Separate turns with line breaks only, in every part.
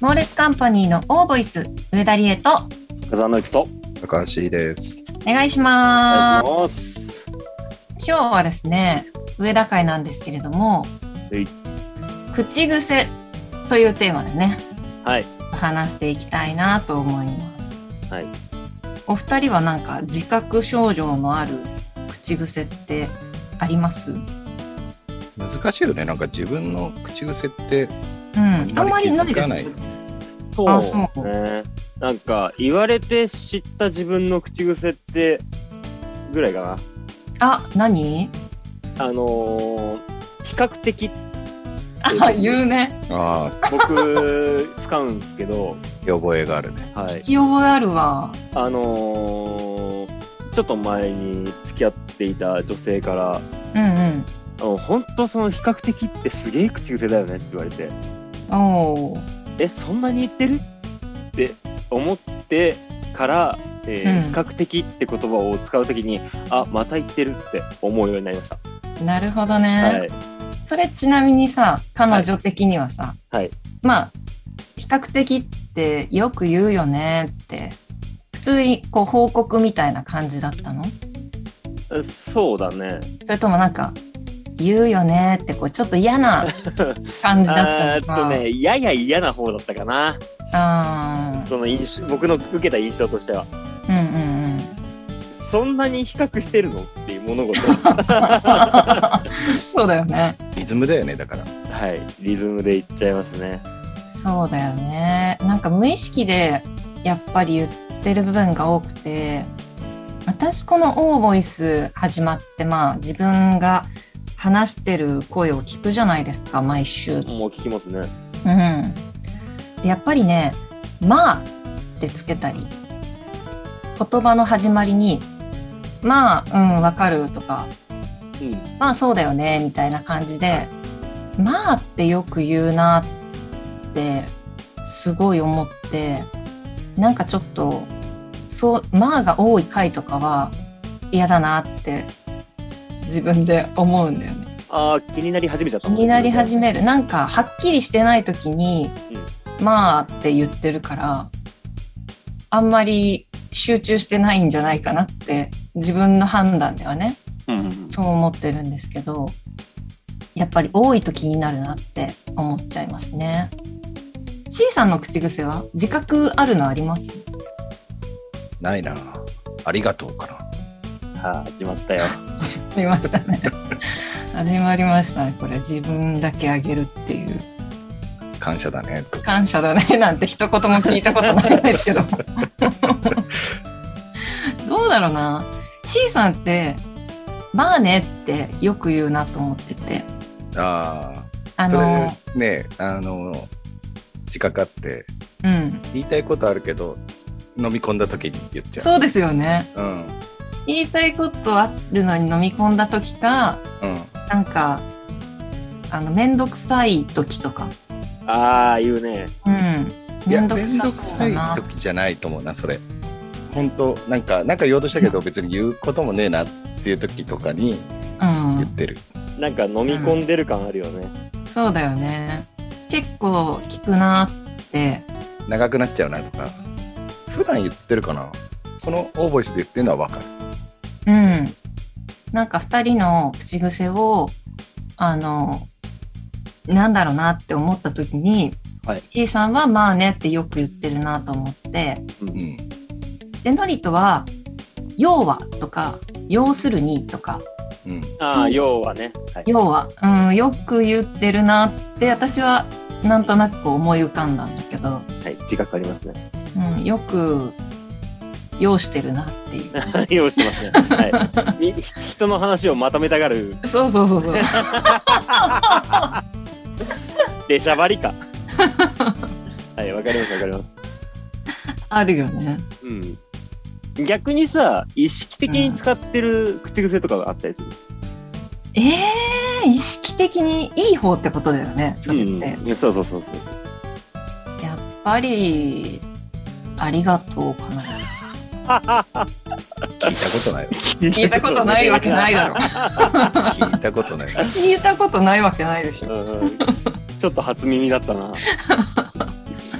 猛烈カンパニーのオーボイス上田理恵と
風野行くと。
高橋です。
お願いし
お
ま
願いします。
す今日はですね上田会なんですけれども
はい
口癖というテーマでね
はい。
話していきたいなと思います
はい
お二人はなんか自覚症状のある口癖ってありますうん
難しいよね。なんか自分の口癖って、
あんまり
気
ない
づかない。
そう
あ
です
そう
ね。なんか言われて知った自分の口癖ってぐらいか
あ何
な。あのー、比較的
あ言う ね
ああ、
僕使うんですけど、
聞き覚えがある ね。
はい。
気覚えあるわ
あのー、ちょっと前に付き合っていた女性から。
うんうん
あの本当その比較的ってすげえ口癖だよねって言われて
おお
えそんなに言ってるって思ってから、えー
うん
比較的って言葉を使うときにあまた言ってるって思うようになりました、
なるほどね、
はい
それちなみにさ彼女的にはさ、
はい
まあ比較的ってよく言うよねって普通にこう報告みたいな感じだったの
そうだね
それともなんか言うよねってこうちょっと嫌 な感じだ
あ
っ
ー
た
っ
のか
とねやや嫌な方だったかな
あ
その印象僕の受けた印象としては
ーうんうん うん
そんなに比較してるのっていう物 事
そうだよね
リズムだよね、だから。
はいリズムで言っちゃいますね
そうだよねなんか無意識でやっぱり言ってる部分が多くて私このオーボイス始まってまあ自分が話してる声を聞くじゃないですか毎週。うん、
もう聞きますね
でやっぱりね「まあ」ってつけたり言葉の始まりに「まあうんわかる」とか
うん
まあそうだよねみたいな感じでまあってよく言うなってすごい思ってなんかちょっとそうまあが多い回とかは嫌だなって自分で思うんだよね。
ああ気になり始めちゃった
気になり始めるなんかはっきりしてない時に「まあ」って言ってるからあんまり集中してないんじゃないかなって自分の判断ではね
うんうんうん
そう思ってるんですけど、やっぱり多いと気になるなって思っちゃいますね。C さんの口癖は自覚あるのあります
ないな。ありがとうかな。
あー始まったよ
ありました ね。始まりましたね。これ自分だけあげるっていう。
感謝だね。と
感謝だねなんて一言も聞いたことないです けど。どうだろうな。C さんって、まあねってよく言うなと思ってて。
あ
あ
あ、
の、
それね、あの、自覚あって、
うん。
言いたいことあるけど、飲み込んだ時に言っちゃう。
そうですよね。
うん。
言いたいことあるのに飲み込んだ時か
うん。
なんかあの面倒くさい時とか
ああ言うね
うん
いや、
面倒
め
く
ん
さ
どく
そ
さ
う
い
だな
時じゃないと思うな、それ。本当なんか、なんか言おうとしたけど、別に言うこともねえなっていう時とかに
う
言
ん
ってる。
なんか飲み込んでる感あるよね、
そうだよね結構聞くなって
長くなっちゃうなとか。普段言ってるかなこのオーボイスで言ってるのはわかる。
うんなんか2人の口癖をあのなんだろうなって思った時に、
はい、
T さんは「まあね」ってよく言ってるなと思って
うん。
でノリとは「要は」とか「要するに」とか
うん。
あ
そ
あ
う
要はね、はい、
要は、うん、よく言ってるなって私はなんとなく思い浮かんだんだけど、
はい、自覚ありますね。
うん、よく要してるなっていう
要してますね。はい。み人の話をまとめたがる、
そうそうそうそう
でしゃばりか。はい、わかります、わかります。
あるよね
うん。逆にさ、意識的に使ってる口癖とかがあったりする。
えー、意識的にいい方ってことだよねそれって、やっ
うんそうそうそうそう。
ぱりありがとうかな
聞いたことない。
聞
聞いたことないわけないだろ
聞いたこと ない。
聞いたことないわけないでしょ
うんうんちょっと初耳だったな。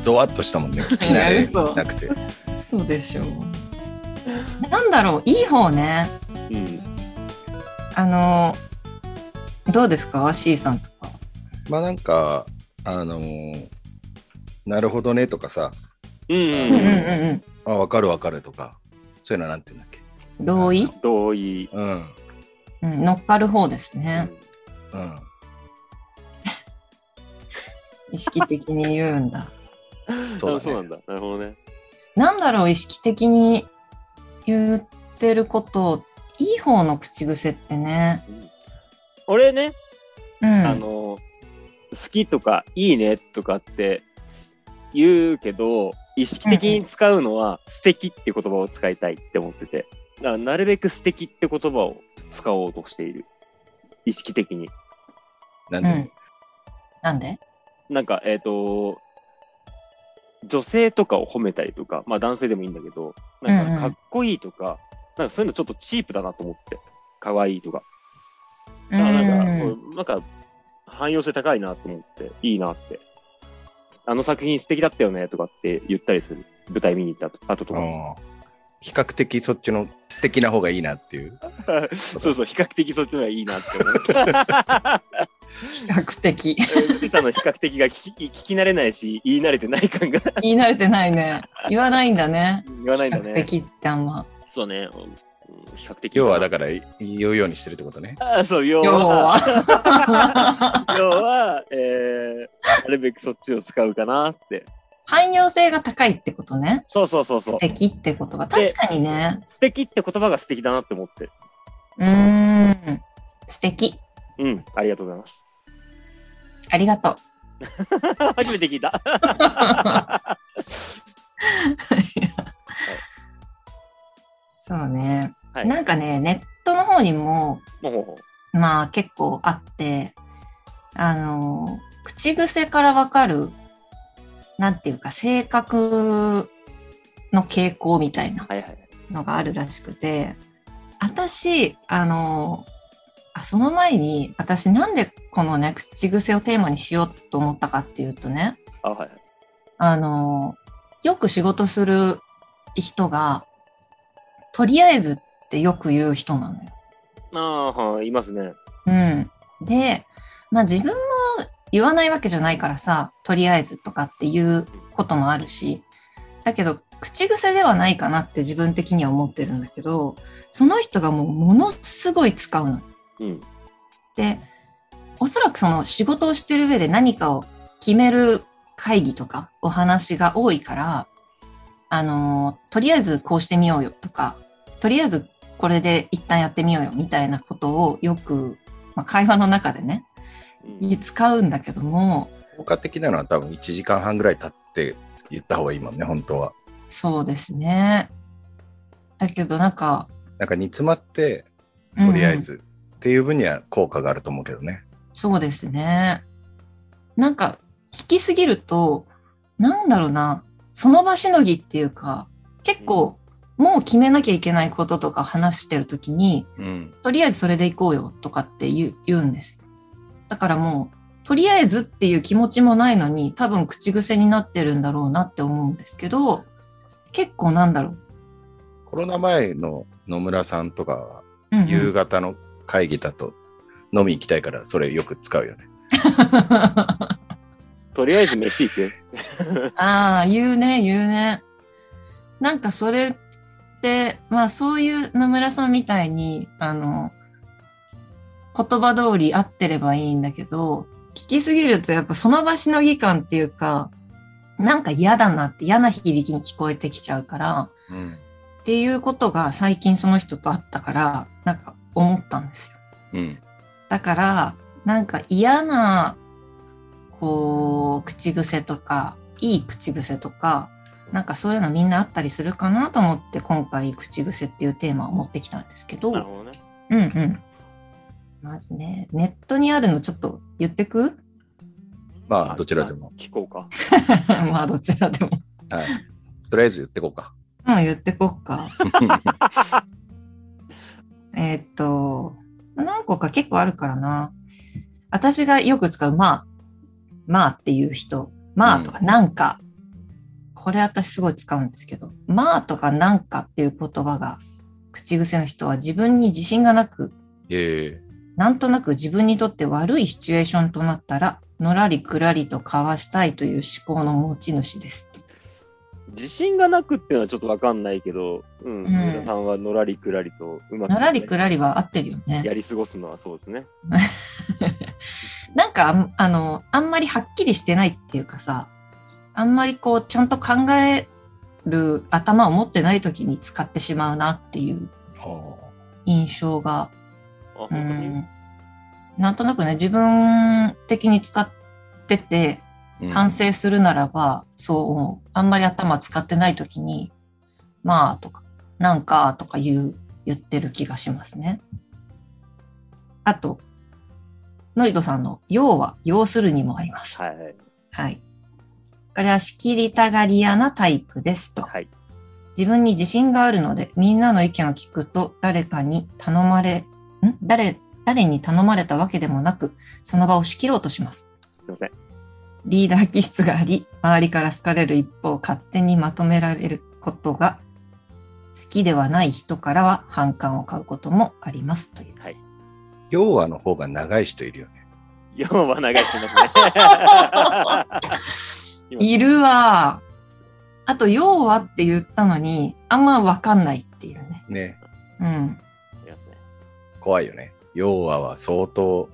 ゾワッとしたもんね聞き慣
いや
れ
嘘
なくて
そうでしょう。なんだろう、いい方ね。
うん。
あの、どうですか ?C さんとか。
まあなんかあのーなるほどね」とかさ
うん
うんう
うんん。
う
「あ分かる分かる」とかそういうのはなんていうんだっけ
ん。同意、
同意。
うん
うん、乗っかる方ですね。
うん
意識的に言うんだ。
そう
あそう
だ
な
ね
んだ。なるほどね。
なんだろう、意識的に言ってること、いい方の口癖ってね。
俺ね、
うん。
あの、好きとかいいねとかって言うけど、意識的に使うのは素敵って言葉を使いたいって思ってて。だからなるべく素敵って言葉を使おうとしている。意識的に。
なん
う
で、
ん。なんで
なんか、えっ、と、女性とかを褒めたりとか、まあ男性でもいいんだけど、なんかかっこいいとか、なんかそういうのちょっとチープだなと思って、かわいいとか。
う
だからなんか、
ん。
こうなんか汎用性高いなと思って、いいなって。あの作品素敵だったよねとかって言ったりする。舞台見に行った後と
う
か。
ん比較的そっちの素敵な方がいいなっていう
そうそう、比較的そっちの方がいいなって思って。
比較的。
シさんの比較的が聞き聞き慣れないし、言い慣れてない感が
言い慣れてないね。言わないんだね。
言わないん
比
だ
較
ね。
的ってあんま。
そうね。うん比較的。
要はだから言うようにしてるってことね
あーそう、要
要
は、
は。
要は、えー、なるべくそっちを使うかなって。
汎用性が高いってことね。
そうそうそうそ
素
う。
敵って言葉。確かにね。
素敵って言葉が素敵だなって思って。
うーん。素敵。
うん、ありがとうございます。
ありがとう。
初めて聞いた。
そうね。
はい。
なんかね、ネットの方にも、
も
まあ結構あって、あの、口癖からわかる、なんていうか、性格の傾向みたいな
う、はいはい。
のがあるらしくて、私、あの、あその前に、私なんでこのね、口癖をテーマにしようと思ったかっていうとね、
あ、はいはい。
あの、よく仕事する人が、とりあえずってよく言う人なのよ。
ああ、はい、いますね。
うん。で、まあ自分も言わないわけじゃないからさ、とりあえずとかっていうこともあるし、だけど、口癖ではないかなって自分的には思ってるんだけど、その人がもうものすごい使うの。
うん。
で、おそらくその仕事をしてる上で何かを決める会議とかお話が多いから、あの、とりあえずこうしてみようよとか、とりあえずこれで一旦やってみようよみたいなことをよく、まあ、会話の中でね、
うん
使うんだけども、
効果的なのは多分1時間半ぐらい経って言った方がいいもんね本当は
そうですね。だけどなんか、
なんか煮詰まって
うん
とりあえず、っていう分には効果があると思うけどね
そうですね。なんか、聞きすぎると、なんだろうな、その場しのぎっていうか、結構、もう決めなきゃいけないこととか話してるときに、
うん
とりあえずそれで行こうよとかって言う言うんですよ。だからもう、とりあえずっていう気持ちもないのに、多分口癖になってるんだろうなって思うんですけど、結構なんだろう。
コロナ前の野村さんとかは
うんうん
夕方の会議だと飲み行きたいからそれよく使うよね、
とりあえず飯行く。
ああ、言うね、言うね。なんかそれって、まあそういう野村さんみたいに、あの、言葉通り合ってればいいんだけど、聞きすぎるとやっぱその場しのぎ感っていうか、なんか嫌だなって嫌な響きに聞こえてきちゃうから、
うん
っていうことが最近その人と会ったから、なんか思ったんですよ。
うん、
だから、なんか嫌な、こう、口癖とか、いい口癖とか、なんかそういうのみんなあったりするかなと思って、今回、口癖っていうテーマを持ってきたんですけど、
な
う
る
ん
ほどね。
うん。まずね、ネットにあるのちょっと言ってく
まあどちらでも。
聞こうか。
まあ、どちらでも。
はい とりあえず言ってこうか
うん、言ってこっ か。えーっと、何個か結構あるからな。私がよく使う、まあ、まあっていう人、まあとか、なんか、これ私すごい使うんですけど、まあとかなんかっていう言葉が口癖の人は自分に自信がなく、
え
なんとなく自分にとって悪いシチュエーションとなったら、のらりくらりとかわしたいという思考の持ち主です。
自信がなくっていうのはちょっとわかんないけど、うん、
ん
上田さんはのらりくらりとうまく、
のらりくらりは合ってるよね。
やり過ごすのはそうですね。
なんかあん、あの、あんまりはっきりしてないっていうかさ、あんまりこう、ちゃんと考える頭を持ってない時に使ってしまうなっていう
えはあ
印象が、
あ、本
う
当に。
ん、なんとなくね、自分的に使ってて、
うん
反省するならば、そう思う。あんまり頭使ってない時に、まあとか、なんかとか言う、言ってる気がしますね。あと、のりとさんの、要は、要するにもあります。
はいはい。
はい。これは仕切りたがり屋なタイプですと。
はい。
自分に自信があるので、みんなの意見を聞くと、誰かに頼まれ、ん誰、誰に頼まれたわけでもなく、その場を仕切ろうとします。
すいません。
リーダー気質があり、周りから好かれる一方、勝手にまとめられることが好きではない人からは反感を買うこともありますという。
はい。
要はの方が長い人いるよね。
要は長いして ますね。今
いるわ。あと、要はって言ったのに、あんまわかんないっていうね。
ね。
うん。
いますね
怖いよね。要はは相当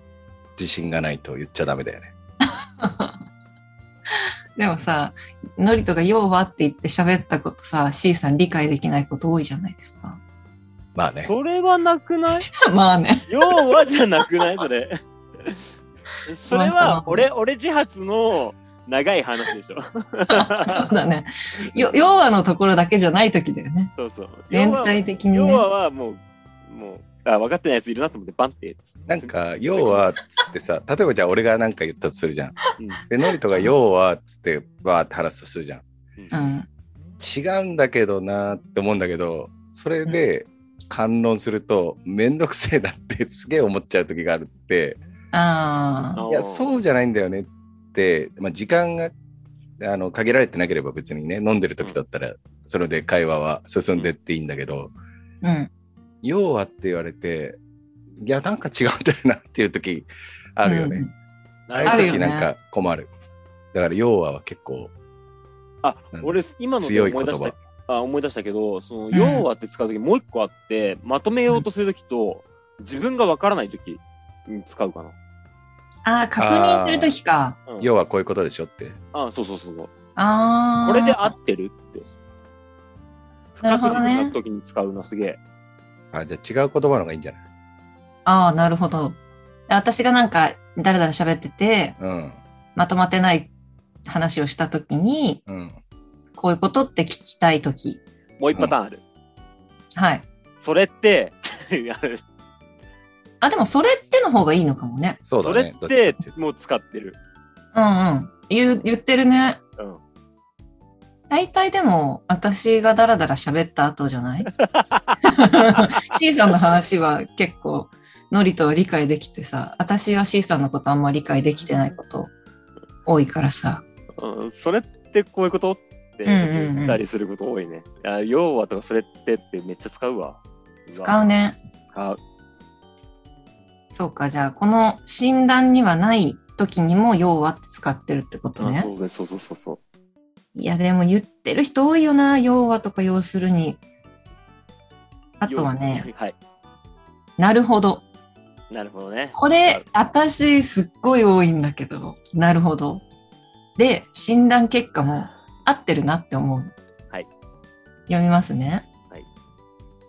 自信がないと言っちゃダメだよね。
でもさ、ノリとか要はって言って喋ったことさ、C さん理解できないこと多いじゃないですか。
まあね。
それはなくない
まあ ね。
要はじゃなくない それ。それは俺、俺自発の長い話でしょ。
そうだね。よ要はのところだけじゃない時だよね。
そうそう。
全体的にね。
要ははもう、もう、あ、分かってないやついるなと思って、バンって。
なんか、要は、つってさ、例えばじゃあ俺がなんか言ったとするじゃん。
うん、
で、ノリトが要は、つってバーって話すとするじゃん。
うん
うん。
違うんだけどなーって思うんだけど、それで反論すると、めんどくせえなってすげえ思っちゃう時があるって、
ああ。
いや、そうじゃないんだよねって、まあ、時間があの限られてなければ別にね、飲んでる時だったら、それで会話は進んでっていいんだけど、
うん。
要はって言われて、いや、なんか違うんだよなっていう時あるよね。
うん
う。
ああいう時
あるよね
なんか困る。だから、要はは結構、
あ、俺、今ので
強い
思
言
い出した
葉。
あ思い出したけど、その、
ん
要はって使うとき、もう一個あって、まとめようとするときと、自分が分からないときに使うかな。
ああ、確認するときか。
うん
要はこういうことでしょって。
あ、そうそうそうそう。
ああ。
これで合ってるって。不
なるほ
確
ど
実
ね
なときに使うのすげえ。
あ、じゃあ違う言葉の方がいいんじゃない
ああ、なるほど。私がなんか、だらだら喋ってて、
うん。
まとまってない話をしたときに、
うん。
こういうことって聞きたいとき。
もう一パターンある。
はい。
それ って、
あ、でもそれっての方がいいのかもね。
そう
そ
だ
れ
ね。
って
どちかいう
もう使ってる。
うんうん。言う、言ってるね。
うん。
大体でも、私がだらだら喋った後じゃない ?C さんの話は結構、ノリと理解できてさ、私は C さんのことあんま理解できてないこと多いからさ。
うん、それってこういうことって
うんうんうん
言ったりすること多いね。あ要はとかそれってってめっちゃ使うわ。
使う
ね。
ね。
使う。
そうか、じゃあ、この診断にはない時にも、要はって使ってるってこと
あ
ね
そ。うねそうそうそうそう。
いや、でも言ってる人多いよな、要はとか要するに。あとはね、
要。はい。
なるほど。
なるほ どね。
これ、私、すっごい多いんだけど、なるほど。で、診断結果も合ってるなって思うの。
はい。
読みますね。
はい。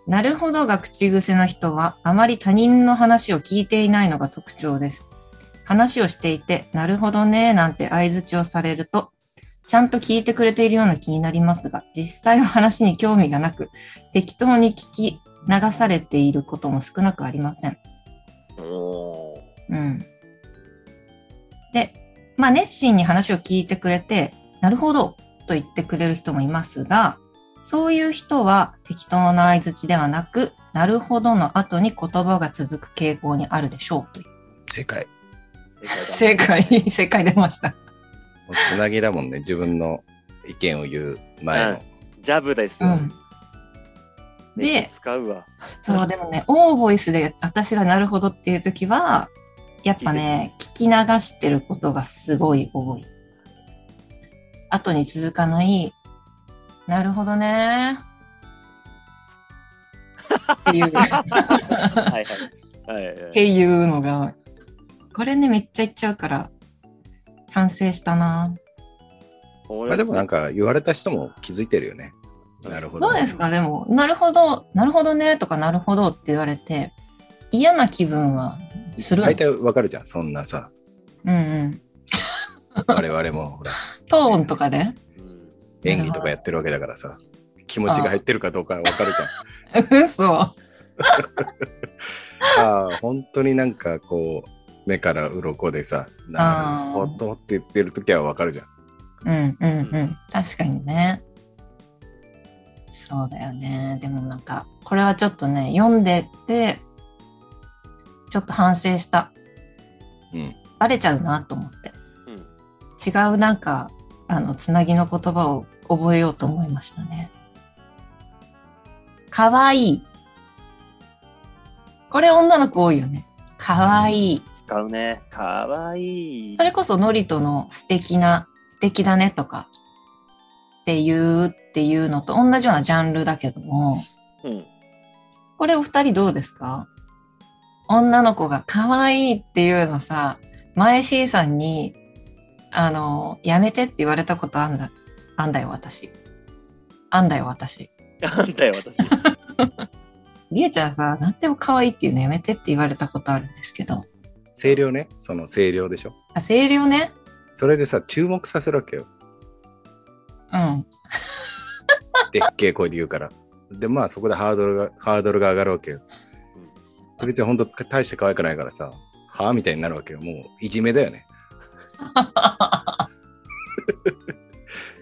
なるほどが口癖の人は、あまり他人の話を聞いていないのが特徴です。話をしていて、なるほどね、なんて相づちをされると、ちゃんと聞いてくれているような気になりますが、実際は話に興味がなく、適当に聞き流されていることも少なくありません。
おー
うん。で、まあ熱心に話を聞いてくれて、なるほどと言ってくれる人もいますが、そういう人は適当な相槌ではなく、なるほどの後に言葉が続く傾向にあるでしょうという。
世界。
正解だ。
正解、正解出ました。
つなぎだもんね。自分の意見を言う前の。
ジャブです
う
よ。
ん。
めっちゃ使うわ。
そう、でもね、オーボイスで私がなるほどっていう時は、やっぱね、聞き流してることがすごい多い。後に続かない、なるほどね。って いう、
はいはい。はい
っ
はい
ていうのが、これね、めっちゃ言っちゃうから、反省したな。
まあでもなん
か、
か言われた人も気づいてるよね。なるほ
ど
ど。
うですかでも、なるほど、なるほどね、とか、なるほどって言われて、嫌な気分はする。
大体わかるじゃん。そんなさ、
うんうん。
我々もほら
トーンとかで
うん
演技とかやってるわけだからさ、気持ちが入ってるかどうかわかるじゃん。
嘘。
ああ、本当になんかこう、目から鱗でさ、なるほどって言ってる時はわかるじゃん。
うんうんうん。確かにね。そうだよね。でもなんか、これはちょっとね、読んでて、ちょっと反省した。
うん。
バレちゃうなと思って。
うん
違うなんか、あの、つなぎの言葉を覚えようと思いましたね。かわいい。これ女の子多いよね。かわいい。
使うね。かわいい。
それこそノリとの素敵な、素敵だねとかっていうっていうのと同じようなジャンルだけども、
うん。
これお二人どうですか女の子が可愛いっていうのさ、前 C さんに、あの、やめてって言われたことあんだ、あんだよ私。あんだよ私。
なんだよ、私。
りえちゃんさ、なんでも可愛いっていうのやめてって言われたことあるんですけど。
声量ね、その声量でしょ。
あ、声量ね。
それでさ、注目させるわ けよ。
うん。
でっけえ声で言うから。で、まあそこでハードルが、ハードルが上がるわけよ。別に本当大して可愛くないからさ、はあみたいになるわけよ。もういじめ だよね。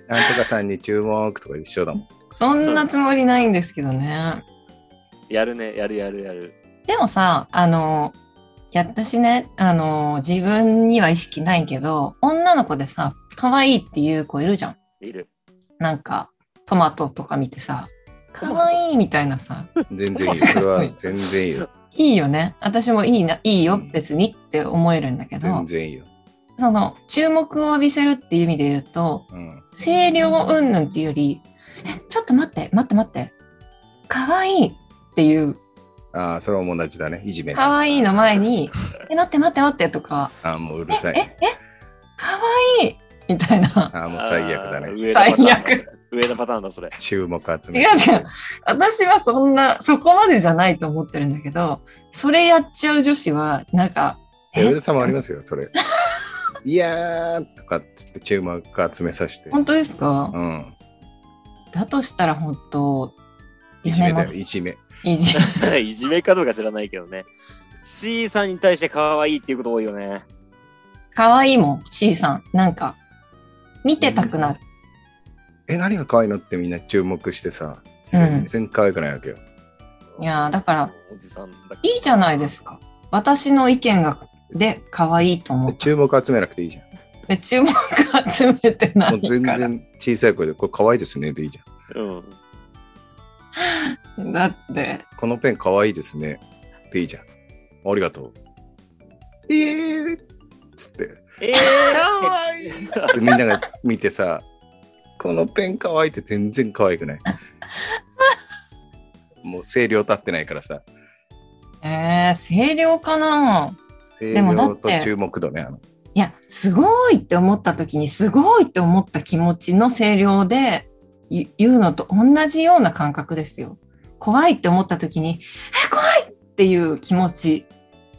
なんとかさんに注目とか一緒だもん。
そんなつもりないんですけどね。
やるね、やるやるやる。
でもさ、あの、いや私ね、あの、自分には意識ないけど、女の子でさ、可愛いっていう子いるじゃん。
いる。
なんか、トマトとか見てさ、可愛いみたいなさ、
全然い いよ。それは全然いいよ。
いいよね。私もいいな、いいよ、
うん
別にって思えるんだけど
全、然いいよ。
その、注目を浴びせるっていう意味で言うと、
うん。
声量うんぬんっていうより、え、ちょっと待って、待って待って、可愛いっていう、
ああ、それはもう同じだね。いじめ。あ
可愛いの前に、え、待って待って待ってとか、
あ、もううるさいね。
可愛いみたいな。
ああ、もう最悪だ
あー
ね。
上のパターン
最悪。
上のパターンだ、それ。
注目集め
違う違う。私はそんな、そこまでじゃないと思ってるんだけど、それやっちゃう女子は、なんか、
え上
え
田さんもありますよ、それ。いやーとかっつって注目集めさせて。
本当ですか、
うん。
だとしたら本当、
い
や
じめ
め
だ
ま
よ、
す。
いじめ。
いじめ
いじめかどうか知らないけどね。C さんに対して可愛いっていうこと多いよね。
かわいいもん、C さん。なんか、見てたくなる。
え、何が可愛いのってみんな注目してさ、
うん
全然可愛くないわけよ。
いやーだから、
おじさんだ
いいじゃないですか。私の意見が、で、かわいいと思
で
う。
注目集めなくていいじゃ。
で、注目集めてなん
も
いうから。
全然小さい声で、これ可愛いですねでいいじゃん。
うん。
だって、
このペン可愛いですねでいいじゃん。ありがとう。えーっつって。
え
可愛いってみんなが見てさ、このペン可愛いって全然可愛 くない。もう声量立ってないからさ、
えー、声量かな
声
でもだ
量
っ
と
て
注目度ね。あの
いや、すごいって思った時に、すごいって思った気持ちの声量でい言うのと同じような感覚ですよ。怖いって思った時に、え、怖いっていう気持ち。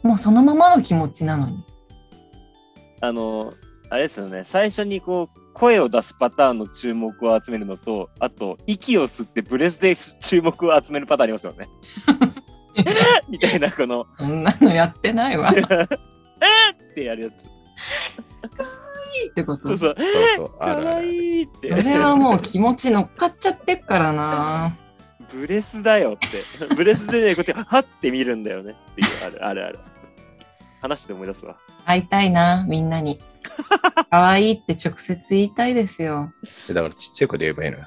もうそのままの気持ちなのに。
ーあの、あれですよね。最初にこう、声を出すパターンの注目を集めるのと、あと、息を吸ってブレスで注目を集めるパターンありますよね。みたいな、この、
そんなのやってないわ。いい
ってやるやつ。
ってこと。
そうそう。
そうそう、ある
可
あ
愛
る。
いって。
それはもう気持ち乗っかっちゃってっからな。
ブレスだよって。ブレスでね、こっちがはって見るんだよねっていう、あるあるある。話して思い出すわ。
会いたいな、みんなに。可愛いって直接言いたいですよ。
でだからちっちゃい子で言えばいいのよ。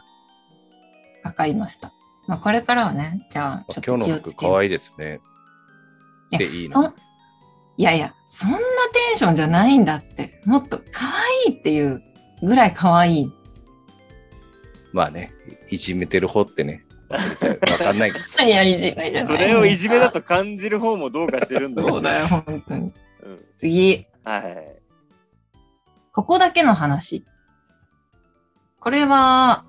わかりました。まあ、これからはね、じゃあ、ちょっと
今日
気
の
を
服
つけ
可
て。
愛いですね。
いや
でいい
そ
の
んいやいや、そんなテンションじゃないんだって。もっと可愛いっていうぐらい可愛い。
まあね、いじめてる方ってね、忘れちゃう。わかんな いけど。
いや、いじめじゃない。
それをいじめだと感じる方もどうかしてるんだろ
そうう
ね。
だよ、本当に。
うん
次、
はい。
ここだけの話。これは、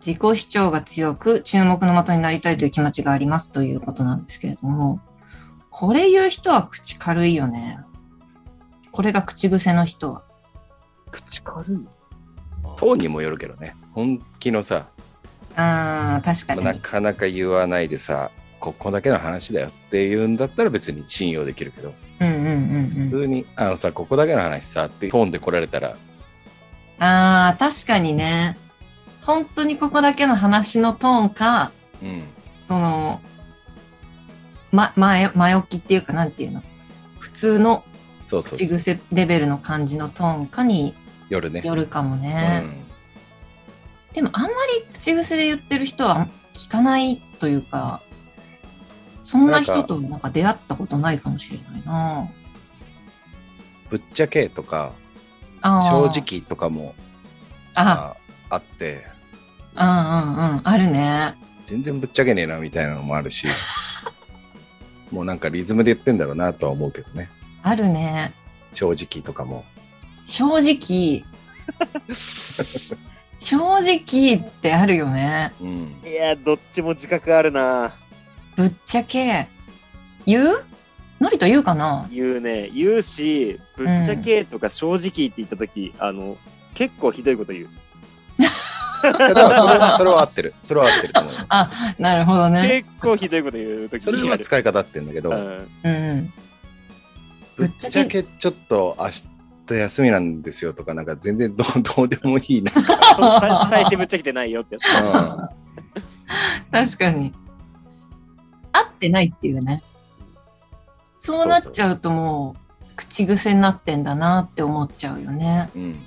自己主張が強く注目の的になりたいという気持ちがありますということなんですけれども、これ言う人は口軽いよね。これが口癖の人は。
口軽い
当にもよるけどね、本気のさ、
ああ、確か
な
に。
かなか言わないでさ、ここだけの話だよって言うんだったら別に信用できるけど、
うんうんうん、
普
う
通に、あのさ、ここだけの話さってトーンで来られたら、
ん。ああ、確かにね。本当にここだけの話のトーンか、
うん、
その、ま、前、前置きっていうか、なんていうの。普通の
そうそうそ
口
う、
癖レベルの感じのトーンかに
夜ね。
よるかも
う
ね。
ん、
でもあんまり口癖で言ってる人は聞かないというか、そんな人となんか出会ったことないかもしれないな。
ぶっちゃけとか、
あー
正。直とかも
あ、
ああって、
うんうんうん。あるね。
全然ぶっちゃけねえなみたいなのもあ るし、もうなんかリズムで言ってんだろうなとは思うけどね、
あるね。
正直とかも。
正 直。正直ってあるよね。
うん
いや、どっちも自覚あるな。
ぶっちゃけ。言うのりと言うかな
言うね。言うし、ぶっちゃけとか正直って言ったとき、あの、結構ひどいこと言う。
だからそれはそれは合ってる。それは合ってると思う よ。
あ、なるほどね。
結構ひどいこと言うとき
それは使い方合ってるんだけど、
う
うんうん。
ぶっちゃけちょっと明日休みなんですよとか、なんか全然どうどうでもいいな。
ん。大してぶっちゃけてないよってやつ。
確かに。合ってないっていうね。そうなっちゃうともう、口癖になってんだなって思っちゃうよね。
うん。うん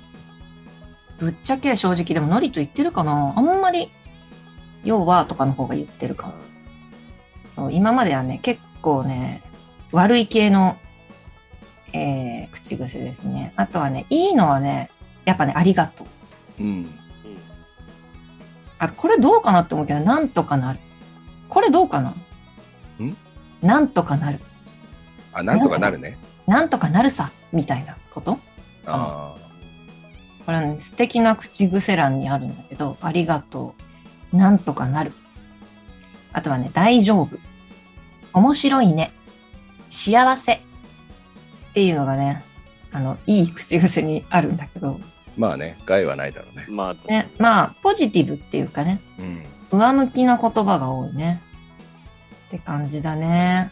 ぶっちゃけ正直でもノリと言ってるかなあんまり、要はとかの方が言ってるかも。そう、今まではね、結構ね、悪い系の、えー、口癖ですね。あとはね、いいのはね、やっぱね、ありがとう。
うん。
うん
あ、これどうかなって思うけど、なんとかなる。これどうかなんなんとかなる。
あ、なんとかなるね。
なんとかなるさ、みたいなこと
ああ。
これはね、素敵な口癖欄にあるんだけど、ありがとう。なんとかなる。あとはね、大丈夫。面白いね。幸せ。っていうのがね、あの、いい口癖にあるんだけど、
まあね、害はないだろうね。
まあ、
ね、まあ、ポジティブっていうかね、
うん。
上向きな言葉が多いね。って感じだね。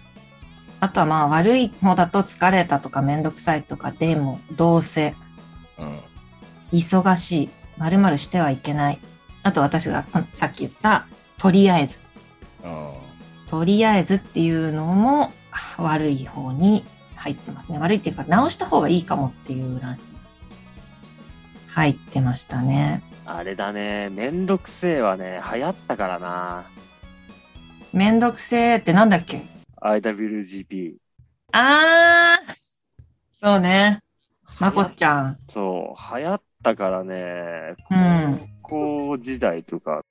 あとはまあ悪い方だと疲れたとかめんどくさいとかでもどうせ
うん。
忙しい〇〇してはいけない。あと私がこのさっき言ったとりあえず。
あ
とりあえずっていうのもあ悪い方に入ってますね。悪いっていうか直した方がいいかもっていう欄に入ってましたね。
あれだね。めんどくせえはね、流行ったからな。
めんどくせーってなんだっけ
IWGP。
あーそうね。まこちゃん。
そう、流行ったからね、
うん
高校時代とか、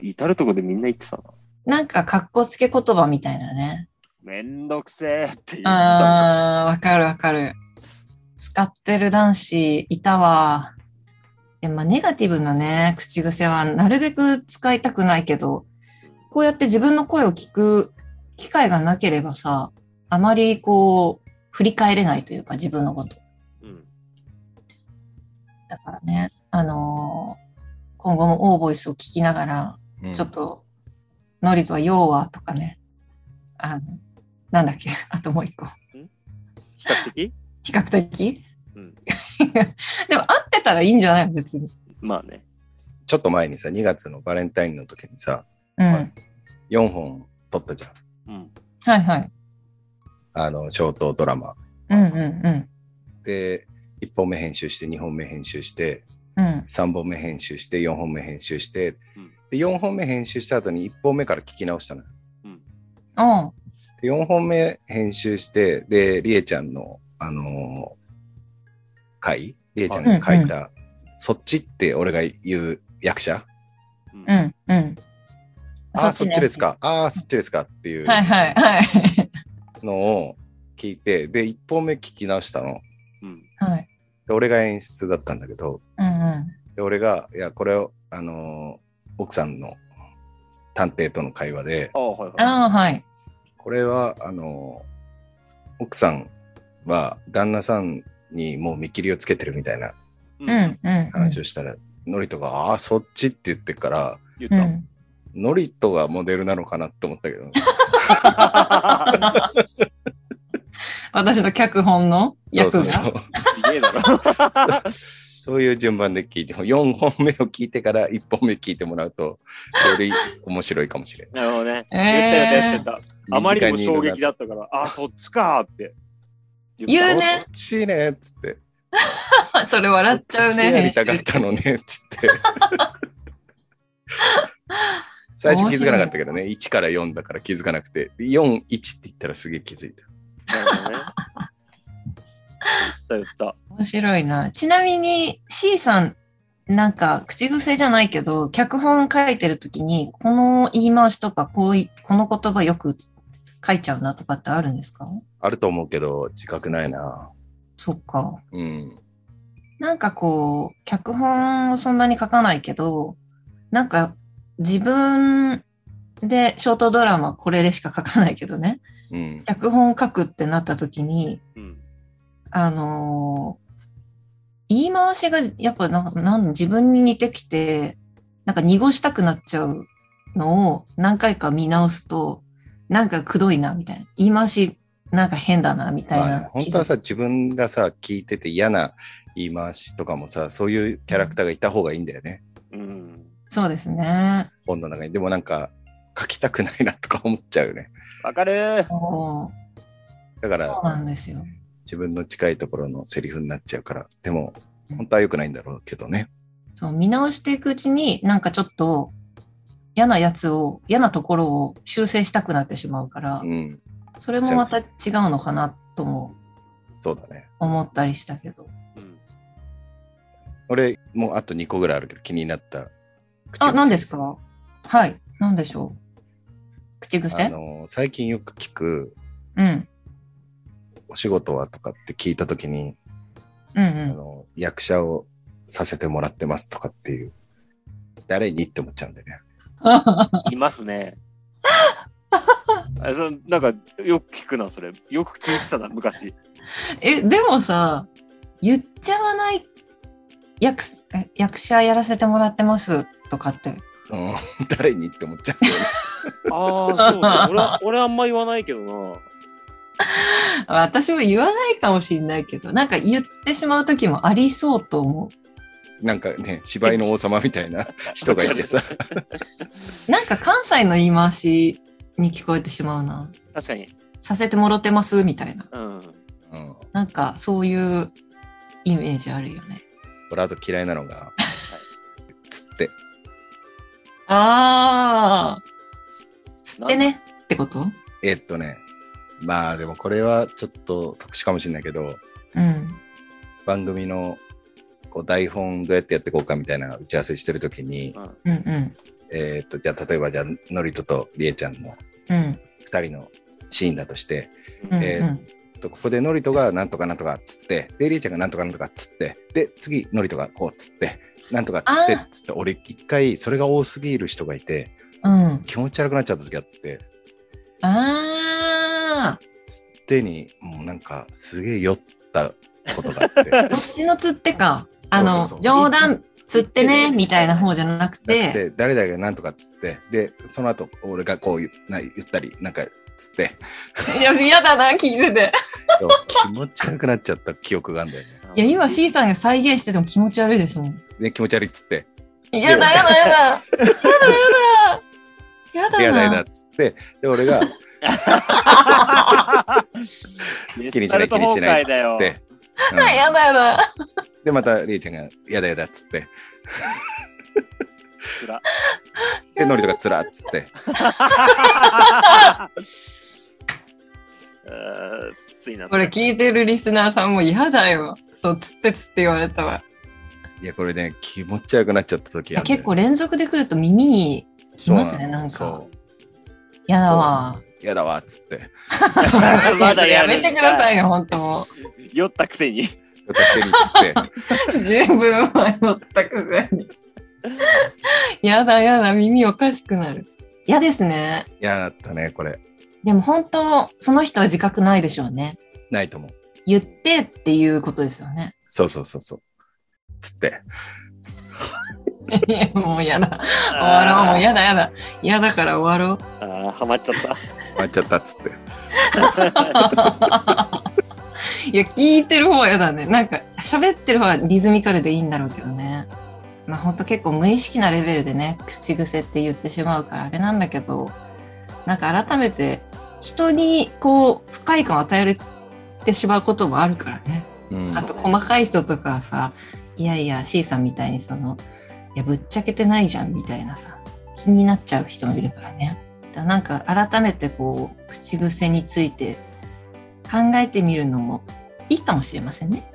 至るとこでみんな言ってたな。
なんか、かっこつけ言葉みたいなね。
めんどくせえって言ってた
あー、わかるわかる。使ってる男子いたわ。でもまあ、ネガティブなね、口癖は、なるべく使いたくないけど、こうやって自分の声を聞く機会がなければさ、あまりこう、振り返れないというか、自分のこと。
もん。うん
だからね、あのー今後もオーボイスを聞きながら、
うん
ちょっと、ノリとは要はとかね。あの、なんだっけ、あともう一個。
比較的
比較的
うん。
でも合ってたらいいんじゃないの別に。
まあね。
ちょっと前にさ、2月のバレンタインの時にさ、
うん。
は
はいい、
4本撮ったじゃん。
うん。
はいはい
あの、ショートドラマ。
うんうんうん。
で、 1本目編集して、2本目編集して、
うん。
3本目編集して、4本目編集して
うん、
で4本目編集した後に1本目から聞き直したのよ。
うん。
で4本目編集して、で、りえちゃんの、あのー回、りえちゃんが書いた、そっちって俺が言う役者、
う。ん。うん。
ああ、そっち
のや
で
つ
す。か、ああ、そっちですかっていう
はいはいはい。
のを聞いて、で、1本目聞き直したの。
うん。
はい。
で、俺が演出だったんだけど、
うんうん。
で俺が、いや、これを、あのー奥さんの探偵との会話で、
ああ、はいはい。
ああ、はい。
これは、あのー奥さんは旦那さんにもう見切りをつけてるみたいな
う
うん。うん。うん
話をしたら、ノリトが、ああー、そっちって言ってっから、
言
う
った。
ん。
ノリトがモデルなのかなって思ったけ ど、
私の脚本の役
そう
が。
そうそ
す
う
げえだろ。
そういう順番で聞いても、4本目を聞いてから1本目聞いてもらうと、より面白いかもしれな い。
なるほどね。
え
言ったよね、言って
ー
た。 あまりにも
身近
衝
いるな
撃だったから、あ、そっちかーって。
言うね
そっちねっつって。
それ笑っちゃう
そっやり
ね。
たかったのねっ つって。最初気づかなかったけどね、1から4だから気づかなくて、4、1って言ったらすげえ気づいた。
なるほどね。言った言っ
面白いな。ちなみに C さん、なんか口癖じゃないけど、脚本書いてるときに、この言い回しとか、こうい、この言葉よく書いちゃうなとかってあるんですか
あると思うけど、自覚ないな。
そっか。
うん。
なんかこう、脚本をそんなに書かないけど、なんか自分でショートドラマこれでしか書かないけどね、
うん。
脚本書くってなったときに、
た。うん。
あのー言い回しがやっぱなんかなん自分に似てきて、なんか濁したくなっちゃうのを何回か見直すと、なんかくどいな、みたいな。言い回し、なんか変だな、みたい
まあ
な。
ね本当はさ、自分がさ、聞いてて嫌な言い回しとかもさ、そういうキャラクターがいた方がいいんだよね、
うん。
そうですね。
本の中に。でもなんか、書きたくないなとか思っちゃうよね。
わかるー。
も
だ
う
か
そうなん
ら、
ですよ。
自分の近いところのセリフになっちゃうから、でも、
うん
本当は良くないんだろうけどね。
そう、見直していくうちに、なんかちょっと嫌なやつを、嫌なところを修正したくなってしまうから
う、ん、
それもまた違うのかなとも
そうだね。
思ったりしたけど。
うん
俺、もうあと2個ぐらいあるけど気になった口癖。
あ、何ですかはい。何でしょう口
あ
癖
の最近よく聞く、
うん。
お仕事はとかって聞いたときに、
うんう
あ
ん。
の、役者をさせてもらってますとかっていう、誰にって思っちゃうんだよね。
います ね。あそのなんかよく聞くな、それ。よく聞いてたな、昔。
え、でもさ、言っちゃわない役え役者やらせてもらってますとかって。
うん、 誰にって思っちゃうんだよね。
ああ、そうだ。俺は、俺あんま言わないけどな。
私も言わないかもしれないけど、なんか言ってしまう時もありそうと思
なんか ね、芝居の王様みたいな人がいてさ、
う。なんか関西の言い回しに聞こえてしまうな。
確かに。
させてもろてますみたいな。
うん。
うん、
なんかそういうイメージあるよね。
俺あと嫌いなのが、つって、
ああ。つってねってこと
えっとね、まあでもこれはちょっと特殊かもしれないけど、
うん。
番組のこう台本どうやってやっていこうかみたいな打ち合わせしてるときに、
う
うんう
ん
ん。
えーっとじゃあ例えばじゃあノリトとリエちゃんの
うん。
2人のシーンだとして、
うん
えーとここでノリトがなんとかなんとかっつってでリエちゃんがなんとかなんとかっつってで次ノリトがこうっつってなんとかっつって
あー
っつって俺一回それが多すぎる人がいて
うん。うん。
気持ち悪くなっちゃった時あって
ああ。
手にもうなんかすげえ酔ったことが あってだ
こっちの釣ってか。あの、
そうそうそう
冗談釣ってね、みたいな方じゃなく。
ってて誰々がなんとかっつってでその後俺がこう言うな言ったりなんかつって
いや、嫌だな、聞いてて。
そう気持ち悪くなっちゃった記憶があるんだよね。
いや、今 C さんが再現してても気持ち悪いですもん。
で気持ち悪いっつって、
嫌だ、嫌だ、嫌だ。嫌だ、嫌だ。
やだや
嫌
だ
だ
っつって、で俺 が
気
気にしない気にしないっつって、うん
やだやだ。
で、また、りえちゃんが、やだやだっつって、
つら。
で、のりとかつらっつって、
あーきついな。
こ れ聞いてるリスナーさんも嫌だよ。そう、つってつって言われたわ。
いや、これね、気持ち悪くなっちゃった時あるんだよ
結構連続で来ると耳にきますね、なんか。
そう。
嫌だわ。
やだわっつって。
まだや
やめ
る
てくださいよ、ほんとも
酔ったく せに。
私にっつって。
う。十分迷ったくせに。やだやだ、耳おかしくなる。嫌ですね。
嫌だったね、これ。
でも本当、その人は自覚ないでしょうね。
ないと思う。
言ってっていうことですよね。
そうそうそうそう。つって。
いや、もう嫌だ。
終
終わろう、もう嫌だ嫌だ。嫌だから終わろう。
あーハマっちゃった。
終わっちゃったっつって。
いや、聞いてる方は嫌だね。なんか、喋ってる方はリズミカルでいいんだろうけどね。まあ、ほんと結構無意識なレベルでね、口癖って言ってしまうからあれなんだけど、なんか改めて、人にこう、不快感を与えてしまうこともあるからね。
うん
あ。と、細かい人とかはさ、いやいや、C さんみたいにその、いや、ぶっちゃけてないじゃんみたいなさ、気になっちゃう人もいるからね。だからなんか、改めてこう、口癖について考えてみるのもいいかもしれませんね。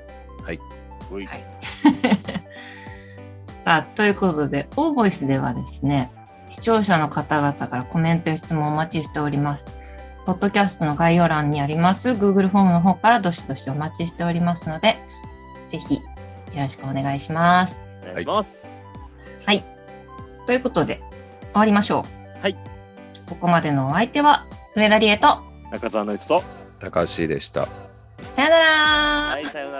おい
はいさあ、ということで、オーボイスではですね、視聴者の方々からコメントや質問をお待ちしております。ポッドキャストの概要欄にあります Google フォームの方からどしどしお待ちしておりますので、ぜひよろしくお願いします。
お願いします。
はい。ということで、終わりましょう。
はい。
ここまでのお相手は、上田理恵と、
中澤のうちと。
高橋でした。
さよなら
はい、さよう